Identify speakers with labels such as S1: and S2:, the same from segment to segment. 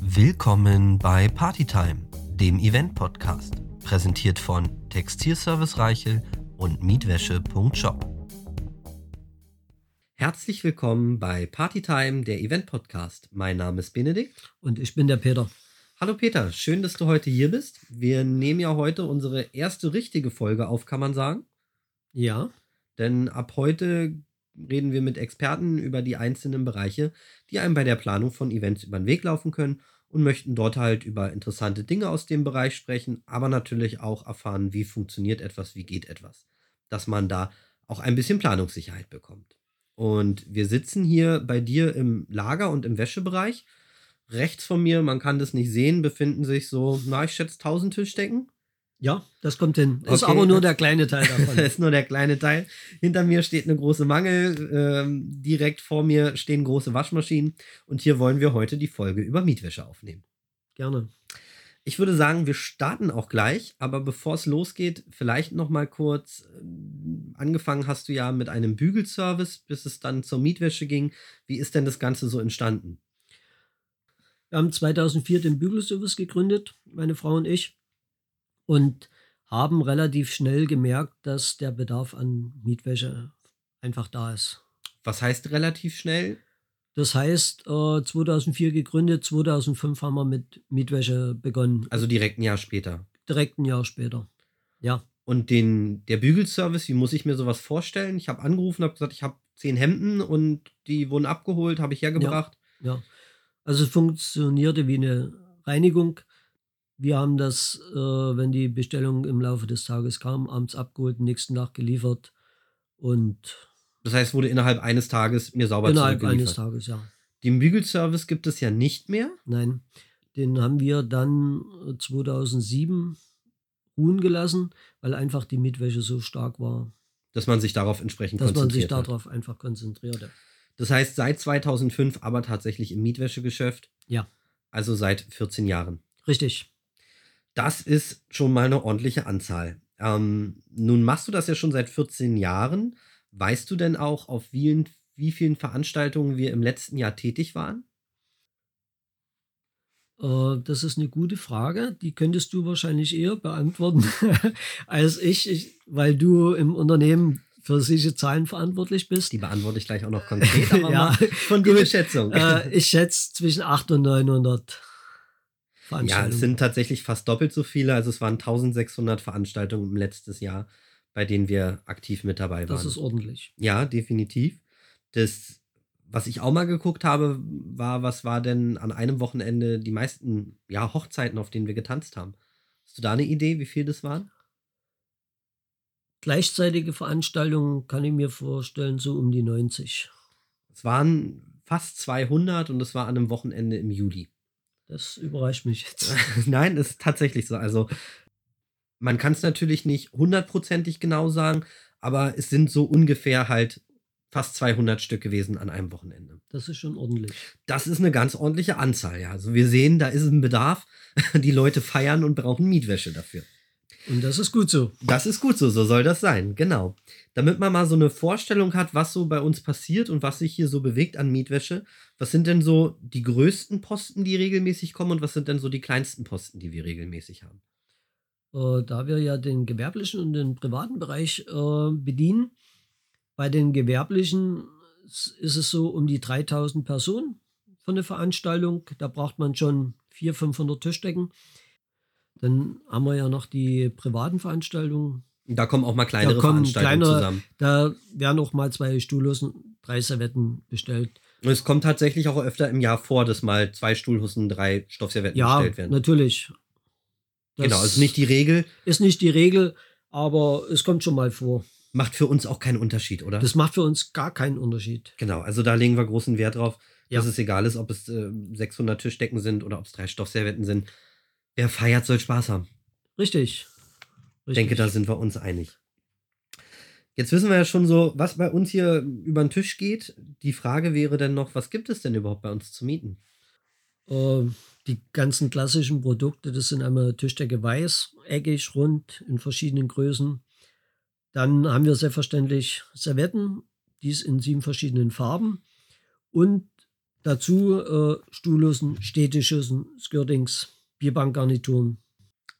S1: Willkommen bei Partytime, dem Event-Podcast, präsentiert von Textilservice Reichel und Mietwäsche.shop. Herzlich willkommen bei Partytime, der Event-Podcast. Mein Name ist Benedikt.
S2: Und ich bin der Peter.
S1: Hallo Peter, schön, dass du heute hier bist. Wir nehmen ja heute unsere erste richtige Folge auf, kann man sagen.
S2: Ja.
S1: Denn ab heute reden wir mit Experten über die einzelnen Bereiche, die einem bei der Planung von Events über den Weg laufen können und möchten dort halt über interessante Dinge aus dem Bereich sprechen, aber natürlich auch erfahren, wie funktioniert etwas, wie geht etwas. Dass man da auch ein bisschen Planungssicherheit bekommt. Und wir sitzen hier bei dir im Lager und im Wäschebereich. Rechts von mir, man kann das nicht sehen, befinden sich so, na, ich schätze 1000 Tischdecken.
S2: Ja, das kommt hin. Ist
S1: Okay.
S2: aber nur der kleine Teil davon.
S1: Das ist nur der kleine Teil. Hinter mir steht eine große Mangel. Ähm, direkt vor mir stehen große Waschmaschinen. Und hier wollen wir heute die Folge über Mietwäsche aufnehmen.
S2: Gerne.
S1: Ich würde sagen, wir starten auch gleich. Aber bevor es losgeht, vielleicht noch mal kurz. ähm, Angefangen hast du ja mit einem Bügelservice, bis es dann zur Mietwäsche ging. Wie ist denn das Ganze so entstanden?
S2: Wir haben 2004 den Bügelservice gegründet, meine Frau und ich, und haben relativ schnell gemerkt, dass der Bedarf an Mietwäsche einfach da ist.
S1: Was heißt relativ schnell?
S2: Das heißt, äh, 2004 gegründet, 2005 haben wir mit Mietwäsche begonnen,
S1: Also direkt ein Jahr später.
S2: direkt ein Jahr später. Ja,
S1: Und den, der Bügelservice, wie muss ich mir sowas vorstellen? Ich habe angerufen, habe gesagt, ich habe zehn Hemden und die wurden abgeholt, habe ich hergebracht.
S2: ja. Also es funktionierte wie eine Reinigung. Wir haben das, äh, wenn die Bestellung im Laufe des Tages kam, abends abgeholt, nächsten Tag geliefert und
S1: Das heißt, wurde innerhalb eines Tages mir sauber
S2: innerhalb eines
S1: zurückgeliefert.
S2: Tages, ja.
S1: Den Bügelservice gibt es ja nicht mehr.
S2: Nein, den haben wir dann äh, 2007 ruhen gelassen, weil einfach die Mietwäsche so stark war,
S1: Dass man sich darauf entsprechend
S2: dass man sich
S1: konzentriert hat.
S2: darauf einfach konzentrierte.
S1: Das heißt, seit 2005 aber tatsächlich im Mietwäschegeschäft.
S2: Ja.
S1: Also seit 14 Jahren.
S2: Richtig.
S1: Das ist schon mal eine ordentliche Anzahl. Ähm, nun machst du das ja schon seit 14 Jahren. Weißt du denn auch, auf vielen, wie vielen Veranstaltungen wir im letzten Jahr tätig waren?
S2: Äh, Das ist eine gute Frage. Die könntest du wahrscheinlich eher beantworten als ich, ich, weil du im Unternehmen für solche Zahlen verantwortlich bist.
S1: Die beantworte ich gleich auch noch konkret, aber
S2: Ja,
S1: mal von dir
S2: gut.
S1: eine Schätzung.
S2: Äh, ich schätze zwischen 800 und 900
S1: ja,
S2: Veranstaltungen.
S1: es sind tatsächlich fast doppelt so viele. Also es waren 1600 Veranstaltungen im letzten Jahr, bei denen wir aktiv mit dabei waren.
S2: das ist ordentlich.
S1: Ja, definitiv. Das, was ich auch mal geguckt habe, war, was war denn an einem Wochenende die meisten ja, Hochzeiten, auf denen wir getanzt haben. Hast du da eine Idee, wie viel das waren?
S2: Gleichzeitige Veranstaltungen kann ich mir vorstellen, so um die 90.
S1: Es waren fast 200 und es war an einem Wochenende im Juli.
S2: Das überrascht mich jetzt.
S1: Nein, ist tatsächlich so. Also man kann es natürlich nicht hundertprozentig genau sagen, aber es sind so ungefähr halt fast 200 Stück gewesen an einem Wochenende.
S2: Das ist schon ordentlich.
S1: das ist eine ganz ordentliche Anzahl, ja. Also wir sehen, da ist ein Bedarf. Die Leute feiern und brauchen Mietwäsche dafür.
S2: Und das ist gut so.
S1: Das ist gut so, so soll das sein, genau. Damit man mal so eine Vorstellung hat, was so bei uns passiert und was sich hier so bewegt an Mietwäsche, was sind denn so die größten Posten, die regelmäßig kommen und was sind denn so die kleinsten Posten, die wir regelmäßig haben?
S2: Äh, da wir ja den gewerblichen und den privaten Bereich äh, bedienen, bei den gewerblichen s- ist es so um die 3000 Personen für eine Veranstaltung. Da braucht man schon 400, 500 Tischdecken. Dann haben wir ja noch die privaten Veranstaltungen.
S1: Da kommen auch mal kleinere
S2: kommen
S1: Veranstaltungen
S2: kleinere-
S1: zusammen.
S2: Da werden auch mal zwei Stuhllosen, drei Servetten bestellt.
S1: Und es kommt tatsächlich auch öfter im Jahr vor, dass mal zwei Stuhlhussen, drei Stoffservietten
S2: Ja,
S1: bestellt werden.
S2: natürlich. Das
S1: Genau, ist nicht die Regel,
S2: ist nicht die Regel, aber es kommt schon mal vor.
S1: macht für uns auch keinen Unterschied, oder?
S2: Das macht für uns gar keinen Unterschied.
S1: Genau, also da legen wir großen Wert drauf, dass
S2: Ja.
S1: es egal ist, ob es äh, 600 Tischdecken sind oder ob es drei Stoffservietten sind. Wer feiert, soll Spaß haben.
S2: Richtig.
S1: Ich
S2: Richtig.
S1: denke, da sind wir uns einig. Jetzt wissen wir ja schon so, was bei uns hier über den Tisch geht. Die Frage wäre dann noch, was gibt es denn überhaupt bei uns zu mieten?
S2: Äh, die ganzen klassischen Produkte, das sind einmal Tischdecke weiß, eckig, rund, in verschiedenen Größen. Dann haben wir selbstverständlich Servetten, dies in sieben verschiedenen Farben. Und Dazu äh, Stuhlösen, Städtischüssen, Skirdings, Bierbankgarnituren.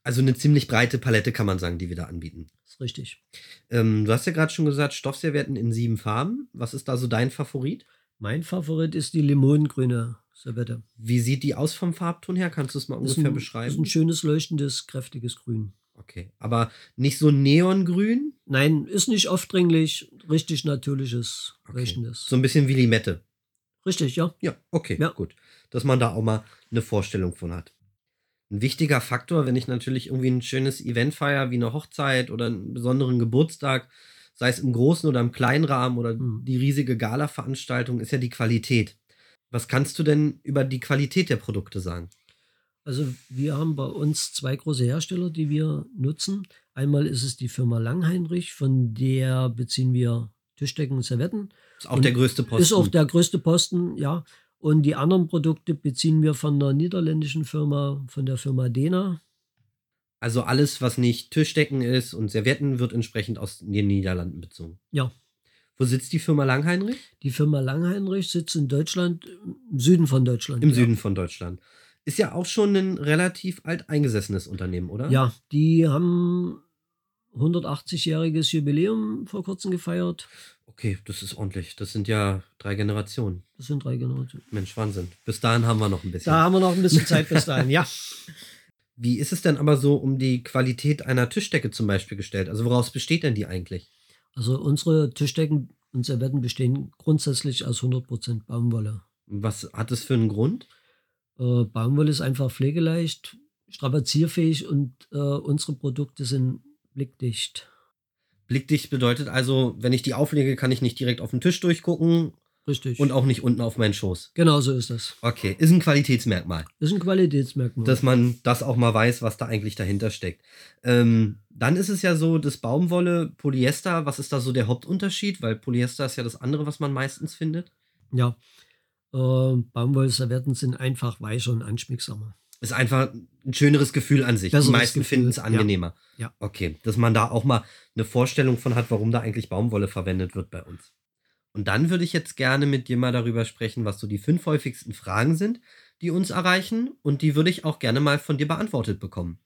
S1: Also eine ziemlich breite Palette kann man sagen, die wir da anbieten.
S2: Ist richtig.
S1: Ähm, du hast ja gerade schon gesagt, Stoffservietten in sieben Farben. Was ist da so dein Favorit?
S2: Mein Favorit ist die limonengrüne Servette.
S1: Wie sieht die aus vom Farbton her? Kannst du es mal
S2: Ist
S1: ungefähr
S2: ein,
S1: beschreiben?
S2: Ist ein schönes, leuchtendes, kräftiges Grün.
S1: okay, aber nicht so neongrün,
S2: Nein, ist nicht aufdringlich, richtig natürliches,
S1: Okay.
S2: leuchtendes.
S1: so ein bisschen wie Limette.
S2: richtig, ja.
S1: Ja, okay,
S2: Ja.
S1: gut. Dass man da auch mal eine Vorstellung von hat. Ein wichtiger Faktor, wenn ich natürlich irgendwie ein schönes Event feiere, wie eine Hochzeit oder einen besonderen Geburtstag, sei es im großen oder im kleinen Rahmen oder
S2: Mhm.
S1: die riesige Gala-Veranstaltung, ist ja die Qualität. Was kannst du denn über die Qualität der Produkte sagen?
S2: Also wir haben bei uns zwei große Hersteller, die wir nutzen. Einmal ist es die Firma Langheinrich, von der beziehen wir Tischdecken und Servetten.
S1: Ist auch
S2: Und
S1: der größte Posten.
S2: Ist auch der größte Posten, ja. Und die anderen Produkte beziehen wir von einer niederländischen Firma, von der Firma Dena.
S1: also alles, was nicht Tischdecken ist und Servietten, wird entsprechend aus den Niederlanden bezogen.
S2: Ja.
S1: Wo sitzt die Firma Langheinrich?
S2: Die Firma Langheinrich sitzt in Deutschland, im Süden von Deutschland.
S1: Im
S2: ja.
S1: Süden von Deutschland. Ist ja auch schon ein relativ alteingesessenes Unternehmen, oder?
S2: Ja, die haben 180-jähriges Jubiläum vor kurzem gefeiert.
S1: Okay, das ist ordentlich. Das sind ja drei Generationen.
S2: Das sind drei Generationen.
S1: Mensch, Wahnsinn. Bis dahin haben wir noch ein bisschen.
S2: Da haben wir noch ein bisschen Zeit bis dahin, ja.
S1: Wie ist es denn aber so um die Qualität einer Tischdecke zum Beispiel gestellt? Also woraus besteht denn die eigentlich?
S2: Also unsere Tischdecken und Servetten bestehen grundsätzlich aus 100% Baumwolle.
S1: Was hat es für einen Grund?
S2: Äh, Baumwolle ist einfach pflegeleicht, strapazierfähig und äh, unsere Produkte sind blickdicht.
S1: Blickdicht bedeutet also, wenn ich die auflege, kann ich nicht direkt auf den Tisch durchgucken
S2: Richtig.
S1: und auch nicht unten auf meinen Schoß.
S2: genau so ist das.
S1: Okay, ist ein Qualitätsmerkmal.
S2: Das ist ein Qualitätsmerkmal.
S1: dass man das auch mal weiß, was da eigentlich dahinter steckt. Ähm, dann ist es ja so, dass Baumwolle, Polyester, was ist da so der Hauptunterschied? Weil Polyester ist ja das andere, was man meistens findet.
S2: ja. Äh, Baumwollservetten sind einfach weicher und anschmiegsamer.
S1: Ist einfach ein schöneres Gefühl an sich. Die
S2: Besseres
S1: meisten
S2: Gefühl,
S1: finden es
S2: ja.
S1: angenehmer.
S2: Ja.
S1: Okay, dass man da auch mal eine Vorstellung von hat, warum da eigentlich Baumwolle verwendet wird bei uns. Und dann würde ich jetzt gerne mit dir mal darüber sprechen, was so die fünf häufigsten Fragen sind, die uns erreichen. Und die würde ich auch gerne mal von dir beantwortet bekommen.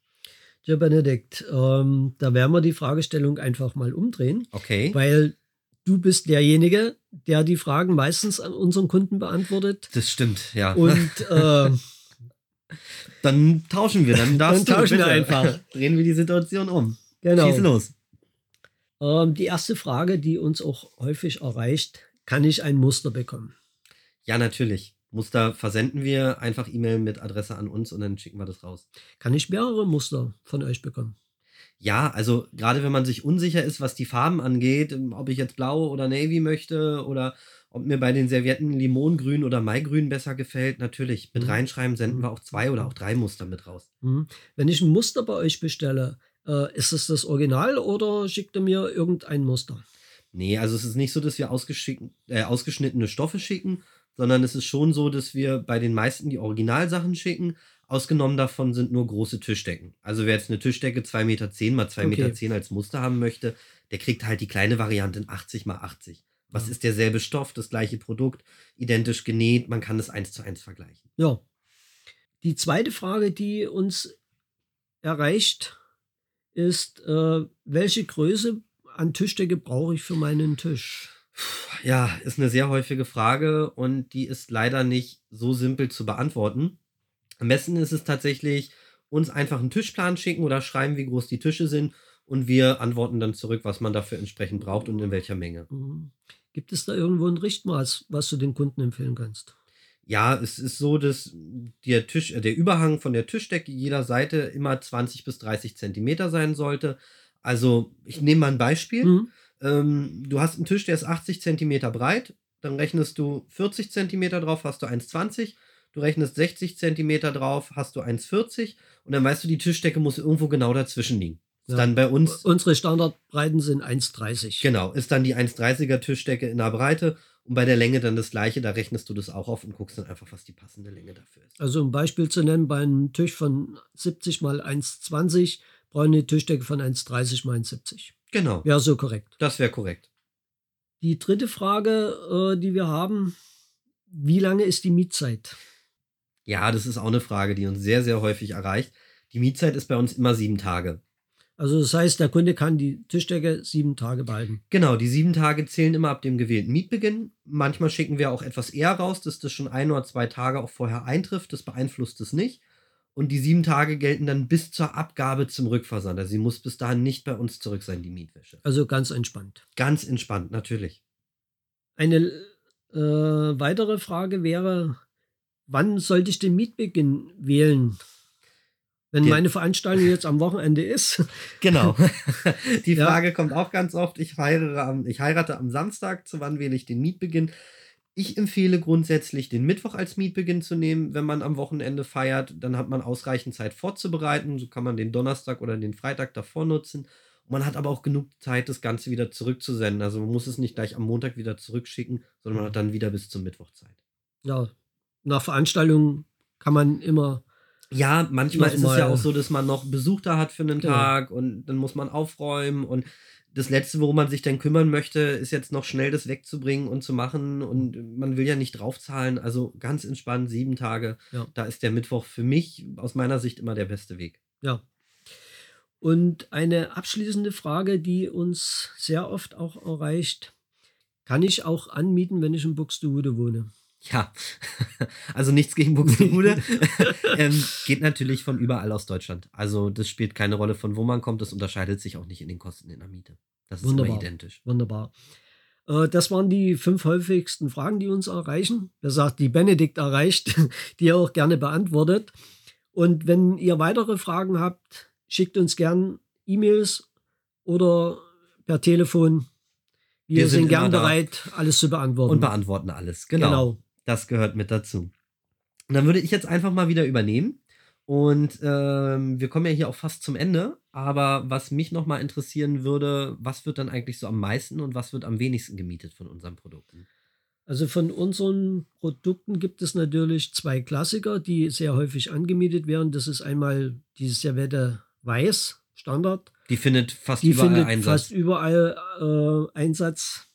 S2: Ja, Benedikt, ähm, da werden wir die Fragestellung einfach mal umdrehen,
S1: Okay.
S2: weil du bist derjenige, der die Fragen meistens an unseren Kunden beantwortet.
S1: Das stimmt, ja.
S2: Und äh,
S1: Dann tauschen wir, dann darfst
S2: Dann
S1: du
S2: tauschen wir
S1: bitte.
S2: einfach.
S1: Drehen wir die Situation um. Schieß
S2: genau.
S1: los.
S2: Ähm, die erste Frage, die uns auch häufig erreicht, kann ich ein Muster bekommen?
S1: Ja, natürlich. Muster versenden wir einfach E-Mail mit Adresse an uns und dann schicken wir das raus.
S2: Kann ich mehrere Muster von euch bekommen?
S1: Ja, also gerade wenn man sich unsicher ist, was die Farben angeht, ähm, ob ich jetzt blau oder navy möchte oder ob mir bei den Servietten Limongrün oder Maigrün besser gefällt, natürlich. Mit
S2: Mhm.
S1: reinschreiben senden wir auch zwei oder auch drei Muster mit raus.
S2: Hm? Wenn ich ein Muster bei euch bestelle, äh, ist es das Original oder schickt ihr mir irgendein Muster?
S1: Nee, also es ist nicht so, dass wir ausgeschick- äh, ausgeschnittene Stoffe schicken, sondern es ist schon so, dass wir bei den meisten die Originalsachen schicken. Ausgenommen davon sind nur große Tischdecken. Also wer jetzt eine Tischdecke 2,10 Meter mal 2,10
S2: Okay.
S1: Meter als Muster haben möchte, der kriegt halt die kleine Variante in 80 mal 80. Was
S2: Ja.
S1: ist derselbe Stoff, das gleiche Produkt, identisch genäht, man kann es eins zu eins vergleichen.
S2: Ja. Die zweite Frage, die uns erreicht, ist, äh, welche Größe an Tischdecke brauche ich für meinen Tisch?
S1: Ja, ist eine sehr häufige Frage und die ist leider nicht so simpel zu beantworten. Am besten ist es tatsächlich, uns einfach einen Tischplan schicken oder schreiben, wie groß die Tische sind und wir antworten dann zurück, was man dafür entsprechend braucht und in welcher Menge.
S2: Hm. Gibt es da irgendwo ein Richtmaß, was du den Kunden empfehlen kannst?
S1: Ja, es ist so, dass der Tisch, äh, der Überhang von der Tischdecke jeder Seite immer 20 bis 30 Zentimeter sein sollte. Also, ich nehme mal ein Beispiel.
S2: Hm?
S1: Ähm, du hast einen Tisch, der ist 80 cm breit, dann rechnest du 40 cm drauf, hast du 1,20. Du rechnest 60 cm drauf, hast du 1,40 und dann weißt du, die Tischdecke muss irgendwo genau dazwischen liegen. Ist
S2: Ja.
S1: dann bei uns,
S2: Unsere Standardbreiten sind 1,30.
S1: genau, ist dann die 1,30er Tischdecke in der Breite und bei der Länge dann das gleiche, da rechnest du das auch auf und guckst dann einfach, was die passende Länge dafür ist.
S2: Also um ein Beispiel zu nennen, bei einem Tisch von 70 mal 1,20 brauchen wir eine Tischdecke von 1,30 mal 1,70.
S1: Genau,
S2: Ja, so korrekt.
S1: das wäre korrekt.
S2: Die dritte Frage, äh, die wir haben, Wie lange ist die Mietzeit?
S1: Ja, das ist auch eine Frage, die uns sehr, sehr häufig erreicht. Die Mietzeit ist bei uns immer sieben Tage.
S2: Also das heißt, der Kunde kann die Tischdecke sieben Tage behalten.
S1: Genau, die sieben Tage zählen immer ab dem gewählten Mietbeginn. Manchmal schicken wir auch etwas eher raus, dass das schon ein oder zwei Tage auch vorher eintrifft. Das beeinflusst es nicht. Und die sieben Tage gelten dann bis zur Abgabe zum Rückversand. Also sie muss bis dahin nicht bei uns zurück sein, die Mietwäsche.
S2: Also ganz entspannt.
S1: Ganz entspannt, natürlich.
S2: Eine äh, weitere Frage wäre, wann sollte ich den Mietbeginn wählen? Wenn
S1: Den-
S2: meine Veranstaltung jetzt am Wochenende ist,
S1: Genau. die
S2: Ja.
S1: Frage kommt auch ganz oft. Ich heirate, am, ich heirate am Samstag. Zu wann wähle ich den Mietbeginn? Ich empfehle grundsätzlich, den Mittwoch als Mietbeginn zu nehmen, wenn man am Wochenende feiert. Dann hat man ausreichend Zeit vorzubereiten. So kann man den Donnerstag oder den Freitag davor nutzen. Und man hat aber auch genug Zeit, das Ganze wieder zurückzusenden. Also man muss es nicht gleich am Montag wieder zurückschicken, sondern man hat dann wieder bis zum Mittwoch Zeit.
S2: ja, nach Veranstaltungen kann man immer,
S1: Ja, manchmal ist es
S2: Nochmal.
S1: ja auch so, dass man noch Besuch da hat für einen
S2: Genau.
S1: Tag und dann muss man aufräumen und das Letzte, worum man sich dann kümmern möchte, ist jetzt noch schnell das wegzubringen und zu machen und man will ja nicht draufzahlen. Also ganz entspannt, sieben Tage.
S2: Ja.
S1: Da ist der Mittwoch für mich aus meiner Sicht immer der beste Weg.
S2: ja. Und eine abschließende Frage, die uns sehr oft auch erreicht, kann ich auch anmieten, wenn ich in Buxtehude wohne?
S1: Ja, also nichts gegen Buxtehude. ähm, geht natürlich von überall aus Deutschland. Also das spielt keine Rolle, von wo man kommt. Das unterscheidet sich auch nicht in den Kosten in der Miete. Das ist
S2: Wunderbar.
S1: immer identisch.
S2: Wunderbar. Äh, Das waren die fünf häufigsten Fragen, die uns erreichen. Wer sagt, die Benedikt erreicht, die er auch gerne beantwortet. Und wenn ihr weitere Fragen habt, schickt uns gern E-Mails oder per Telefon. Wir,
S1: Wir sind
S2: sind, gern
S1: immer da.
S2: bereit, alles zu beantworten.
S1: Und beantworten alles. genau. Das gehört mit dazu. Und dann würde ich jetzt einfach mal wieder übernehmen. Und ähm, wir kommen ja hier auch fast zum Ende. Aber was mich nochmal interessieren würde, was wird dann eigentlich so am meisten und was wird am wenigsten gemietet von unseren Produkten?
S2: Also von unseren Produkten gibt es natürlich zwei Klassiker, die sehr häufig angemietet werden. Das ist einmal die Servette Weiß, Standard.
S1: Die findet fast
S2: die
S1: überall
S2: findet
S1: Einsatz.
S2: fast überall äh, Einsatz.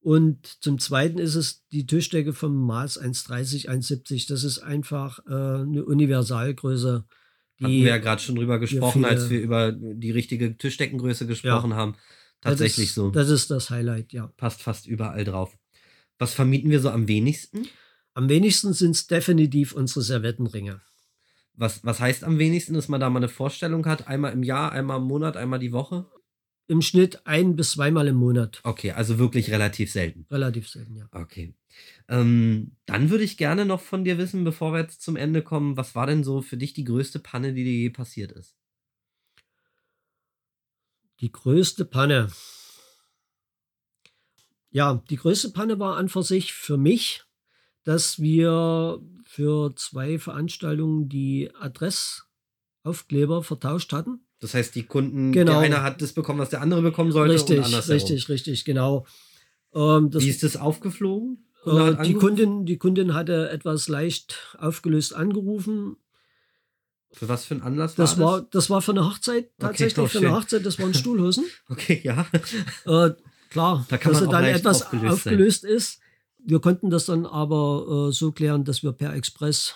S2: Und zum Zweiten ist es die Tischdecke vom Maß 1,30, 1,70. Das ist einfach äh, eine Universalgröße.
S1: Hatten wir ja gerade schon drüber gesprochen,
S2: viele-
S1: als wir über die richtige Tischdeckengröße gesprochen haben. Tatsächlich
S2: das ist,
S1: so.
S2: Das ist das Highlight, ja.
S1: Passt fast überall drauf. Was vermieten wir so am wenigsten?
S2: Am wenigsten sind es definitiv unsere Servettenringe.
S1: Was, was heißt am wenigsten, dass man da mal eine Vorstellung hat? Einmal im Jahr, einmal im Monat, einmal die Woche?
S2: Im Schnitt ein bis zweimal im Monat.
S1: Okay, also wirklich relativ selten.
S2: Relativ selten, ja.
S1: Okay. Ähm, dann würde ich gerne noch von dir wissen, bevor wir jetzt zum Ende kommen, was war denn so für dich die größte Panne, die dir je passiert ist?
S2: Die größte Panne. Ja, die größte Panne war an für sich für mich, dass wir für zwei Veranstaltungen die Adressaufkleber vertauscht hatten.
S1: Das heißt, die Kunden,
S2: Genau.
S1: der eine hat das bekommen, was der andere bekommen sollte und
S2: richtig,
S1: andersherum.
S2: richtig, richtig, genau. Ähm, das,
S1: Wie ist das aufgeflogen? Kunde hat
S2: äh, die,
S1: angerufen?
S2: Kundin, die Kundin hatte etwas leicht aufgelöst angerufen.
S1: Für was für einen Anlass
S2: Das
S1: war
S2: war, das war für eine Hochzeit, tatsächlich
S1: oh,
S2: für eine
S1: schön.
S2: Hochzeit, das waren Stuhlhosen.
S1: Okay, ja.
S2: Äh, klar,
S1: Da kann man
S2: dass er
S1: auch
S2: dann
S1: leicht
S2: etwas
S1: aufgelöst
S2: aufgelöst, ist. Wir konnten das dann aber äh, so klären, dass wir per Express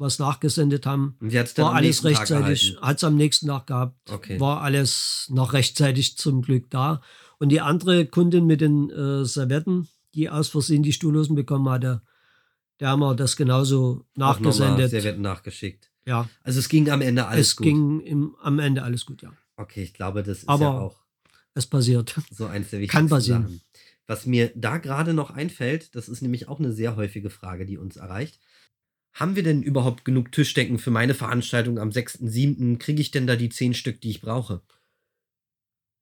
S2: was nachgesendet haben.
S1: Und sie hat's dann
S2: War
S1: am
S2: alles
S1: nächsten Tag
S2: rechtzeitig,
S1: erhalten.
S2: hat es am nächsten Tag gehabt.
S1: Okay.
S2: War alles noch rechtzeitig zum Glück da. Und die andere Kundin mit den äh, Servetten, die aus Versehen die Stuhllosen bekommen hatte, der haben wir das genauso
S1: Auch nochmal
S2: nachgesendet.
S1: Servietten nachgeschickt.
S2: Ja,
S1: Also es ging am Ende alles
S2: es
S1: gut.
S2: ging im, am Ende alles gut, ja.
S1: okay, ich glaube, das ist ja
S2: Aber-
S1: auch
S2: Es passiert.
S1: so eins der wichtigsten
S2: Kann passieren.
S1: Sachen. Was mir da gerade noch einfällt, das ist nämlich auch eine sehr häufige Frage, die uns erreicht. Haben wir denn überhaupt genug Tischdecken für meine Veranstaltung am 6.7.? Kriege ich denn da die 10 Stück, die ich brauche?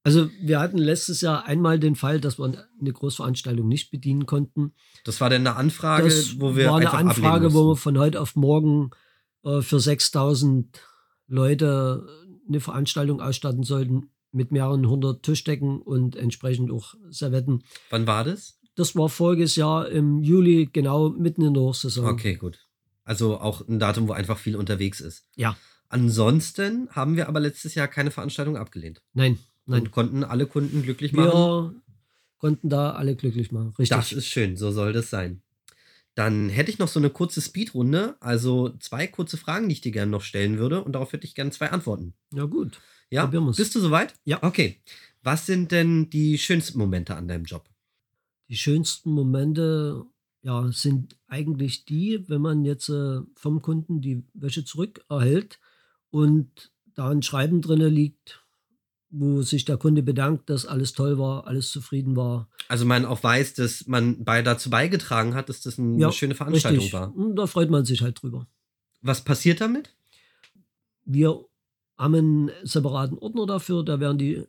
S2: Also wir hatten letztes Jahr einmal den Fall, dass wir eine Großveranstaltung nicht bedienen konnten.
S1: Das war dann eine Anfrage,
S2: das
S1: wo wir
S2: war eine
S1: einfach
S2: Anfrage,
S1: ablehnen
S2: wo wir
S1: mussten.
S2: von heute auf morgen äh, für 6000 Leute eine Veranstaltung ausstatten sollten mit mehreren hundert Tischdecken und entsprechend auch Servetten.
S1: Wann war das?
S2: Das war voriges Jahr im Juli, genau mitten in der Hochsaison.
S1: Okay, gut. Also auch ein Datum, wo einfach viel unterwegs ist.
S2: Ja.
S1: Ansonsten haben wir aber letztes Jahr keine Veranstaltung abgelehnt
S2: Nein, nein.
S1: und konnten alle Kunden glücklich machen.
S2: Wir konnten da alle glücklich machen. Richtig.
S1: Das ist schön, so soll das sein. Dann hätte ich noch so eine kurze Speedrunde, also zwei kurze Fragen, die ich dir gerne noch stellen würde und darauf hätte ich gerne zwei Antworten.
S2: Ja, gut.
S1: Ja,
S2: Probieren wir's.
S1: bist du soweit?
S2: Ja.
S1: Okay. Was sind denn die schönsten Momente an deinem Job?
S2: Die schönsten Momente ja, sind eigentlich die, wenn man jetzt äh, vom Kunden die Wäsche zurück erhält und da ein Schreiben drin liegt, wo sich der Kunde bedankt, dass alles toll war, alles zufrieden war.
S1: Also man auch weiß, dass man bei dazu beigetragen hat, dass das eine
S2: Ja,
S1: schöne Veranstaltung
S2: Richtig.
S1: war.
S2: Und da freut man sich halt drüber.
S1: Was passiert damit?
S2: Wir haben einen separaten Ordner dafür, da werden die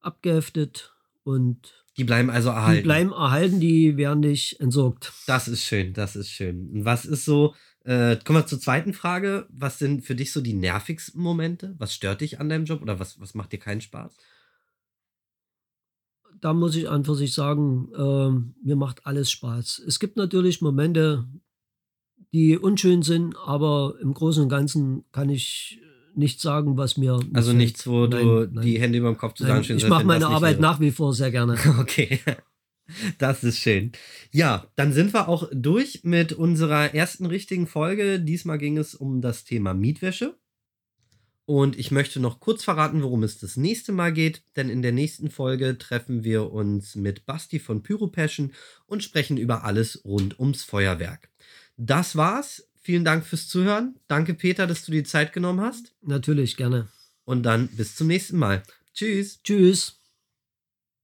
S2: abgeheftet und
S1: Die bleiben also
S2: die
S1: erhalten.
S2: bleiben erhalten, die werden nicht entsorgt.
S1: Das ist schön, das ist schön. Und Was ist so, äh, kommen wir zur zweiten Frage. Was sind für dich so die nervigsten Momente? Was stört dich an deinem Job oder was, was macht dir keinen Spaß?
S2: da muss ich an für sich sagen, ähm, mir macht alles Spaß. Es gibt natürlich Momente, die unschön sind, aber im Großen und Ganzen kann ich nicht sagen, was mir.
S1: Also
S2: missfällt.
S1: nichts, wo du
S2: Nein, nein.
S1: die Hände über dem Kopf
S2: Nein,
S1: zusammenstehen
S2: ich mache
S1: wenn
S2: meine
S1: das nicht
S2: Arbeit
S1: wäre.
S2: nach wie vor sehr gerne.
S1: Okay, das ist schön. Ja, dann sind wir auch durch mit unserer ersten richtigen Folge. Diesmal ging es um das Thema Mietwäsche. Und ich möchte noch kurz verraten, worum es das nächste Mal geht, denn in der nächsten Folge treffen wir uns mit Basti von Pyropassion und sprechen über alles rund ums Feuerwerk. Das war's. Vielen Dank fürs Zuhören. Danke, Peter, dass du die Zeit genommen hast.
S2: Natürlich gerne.
S1: Und dann bis zum nächsten Mal. Tschüss.
S2: Tschüss.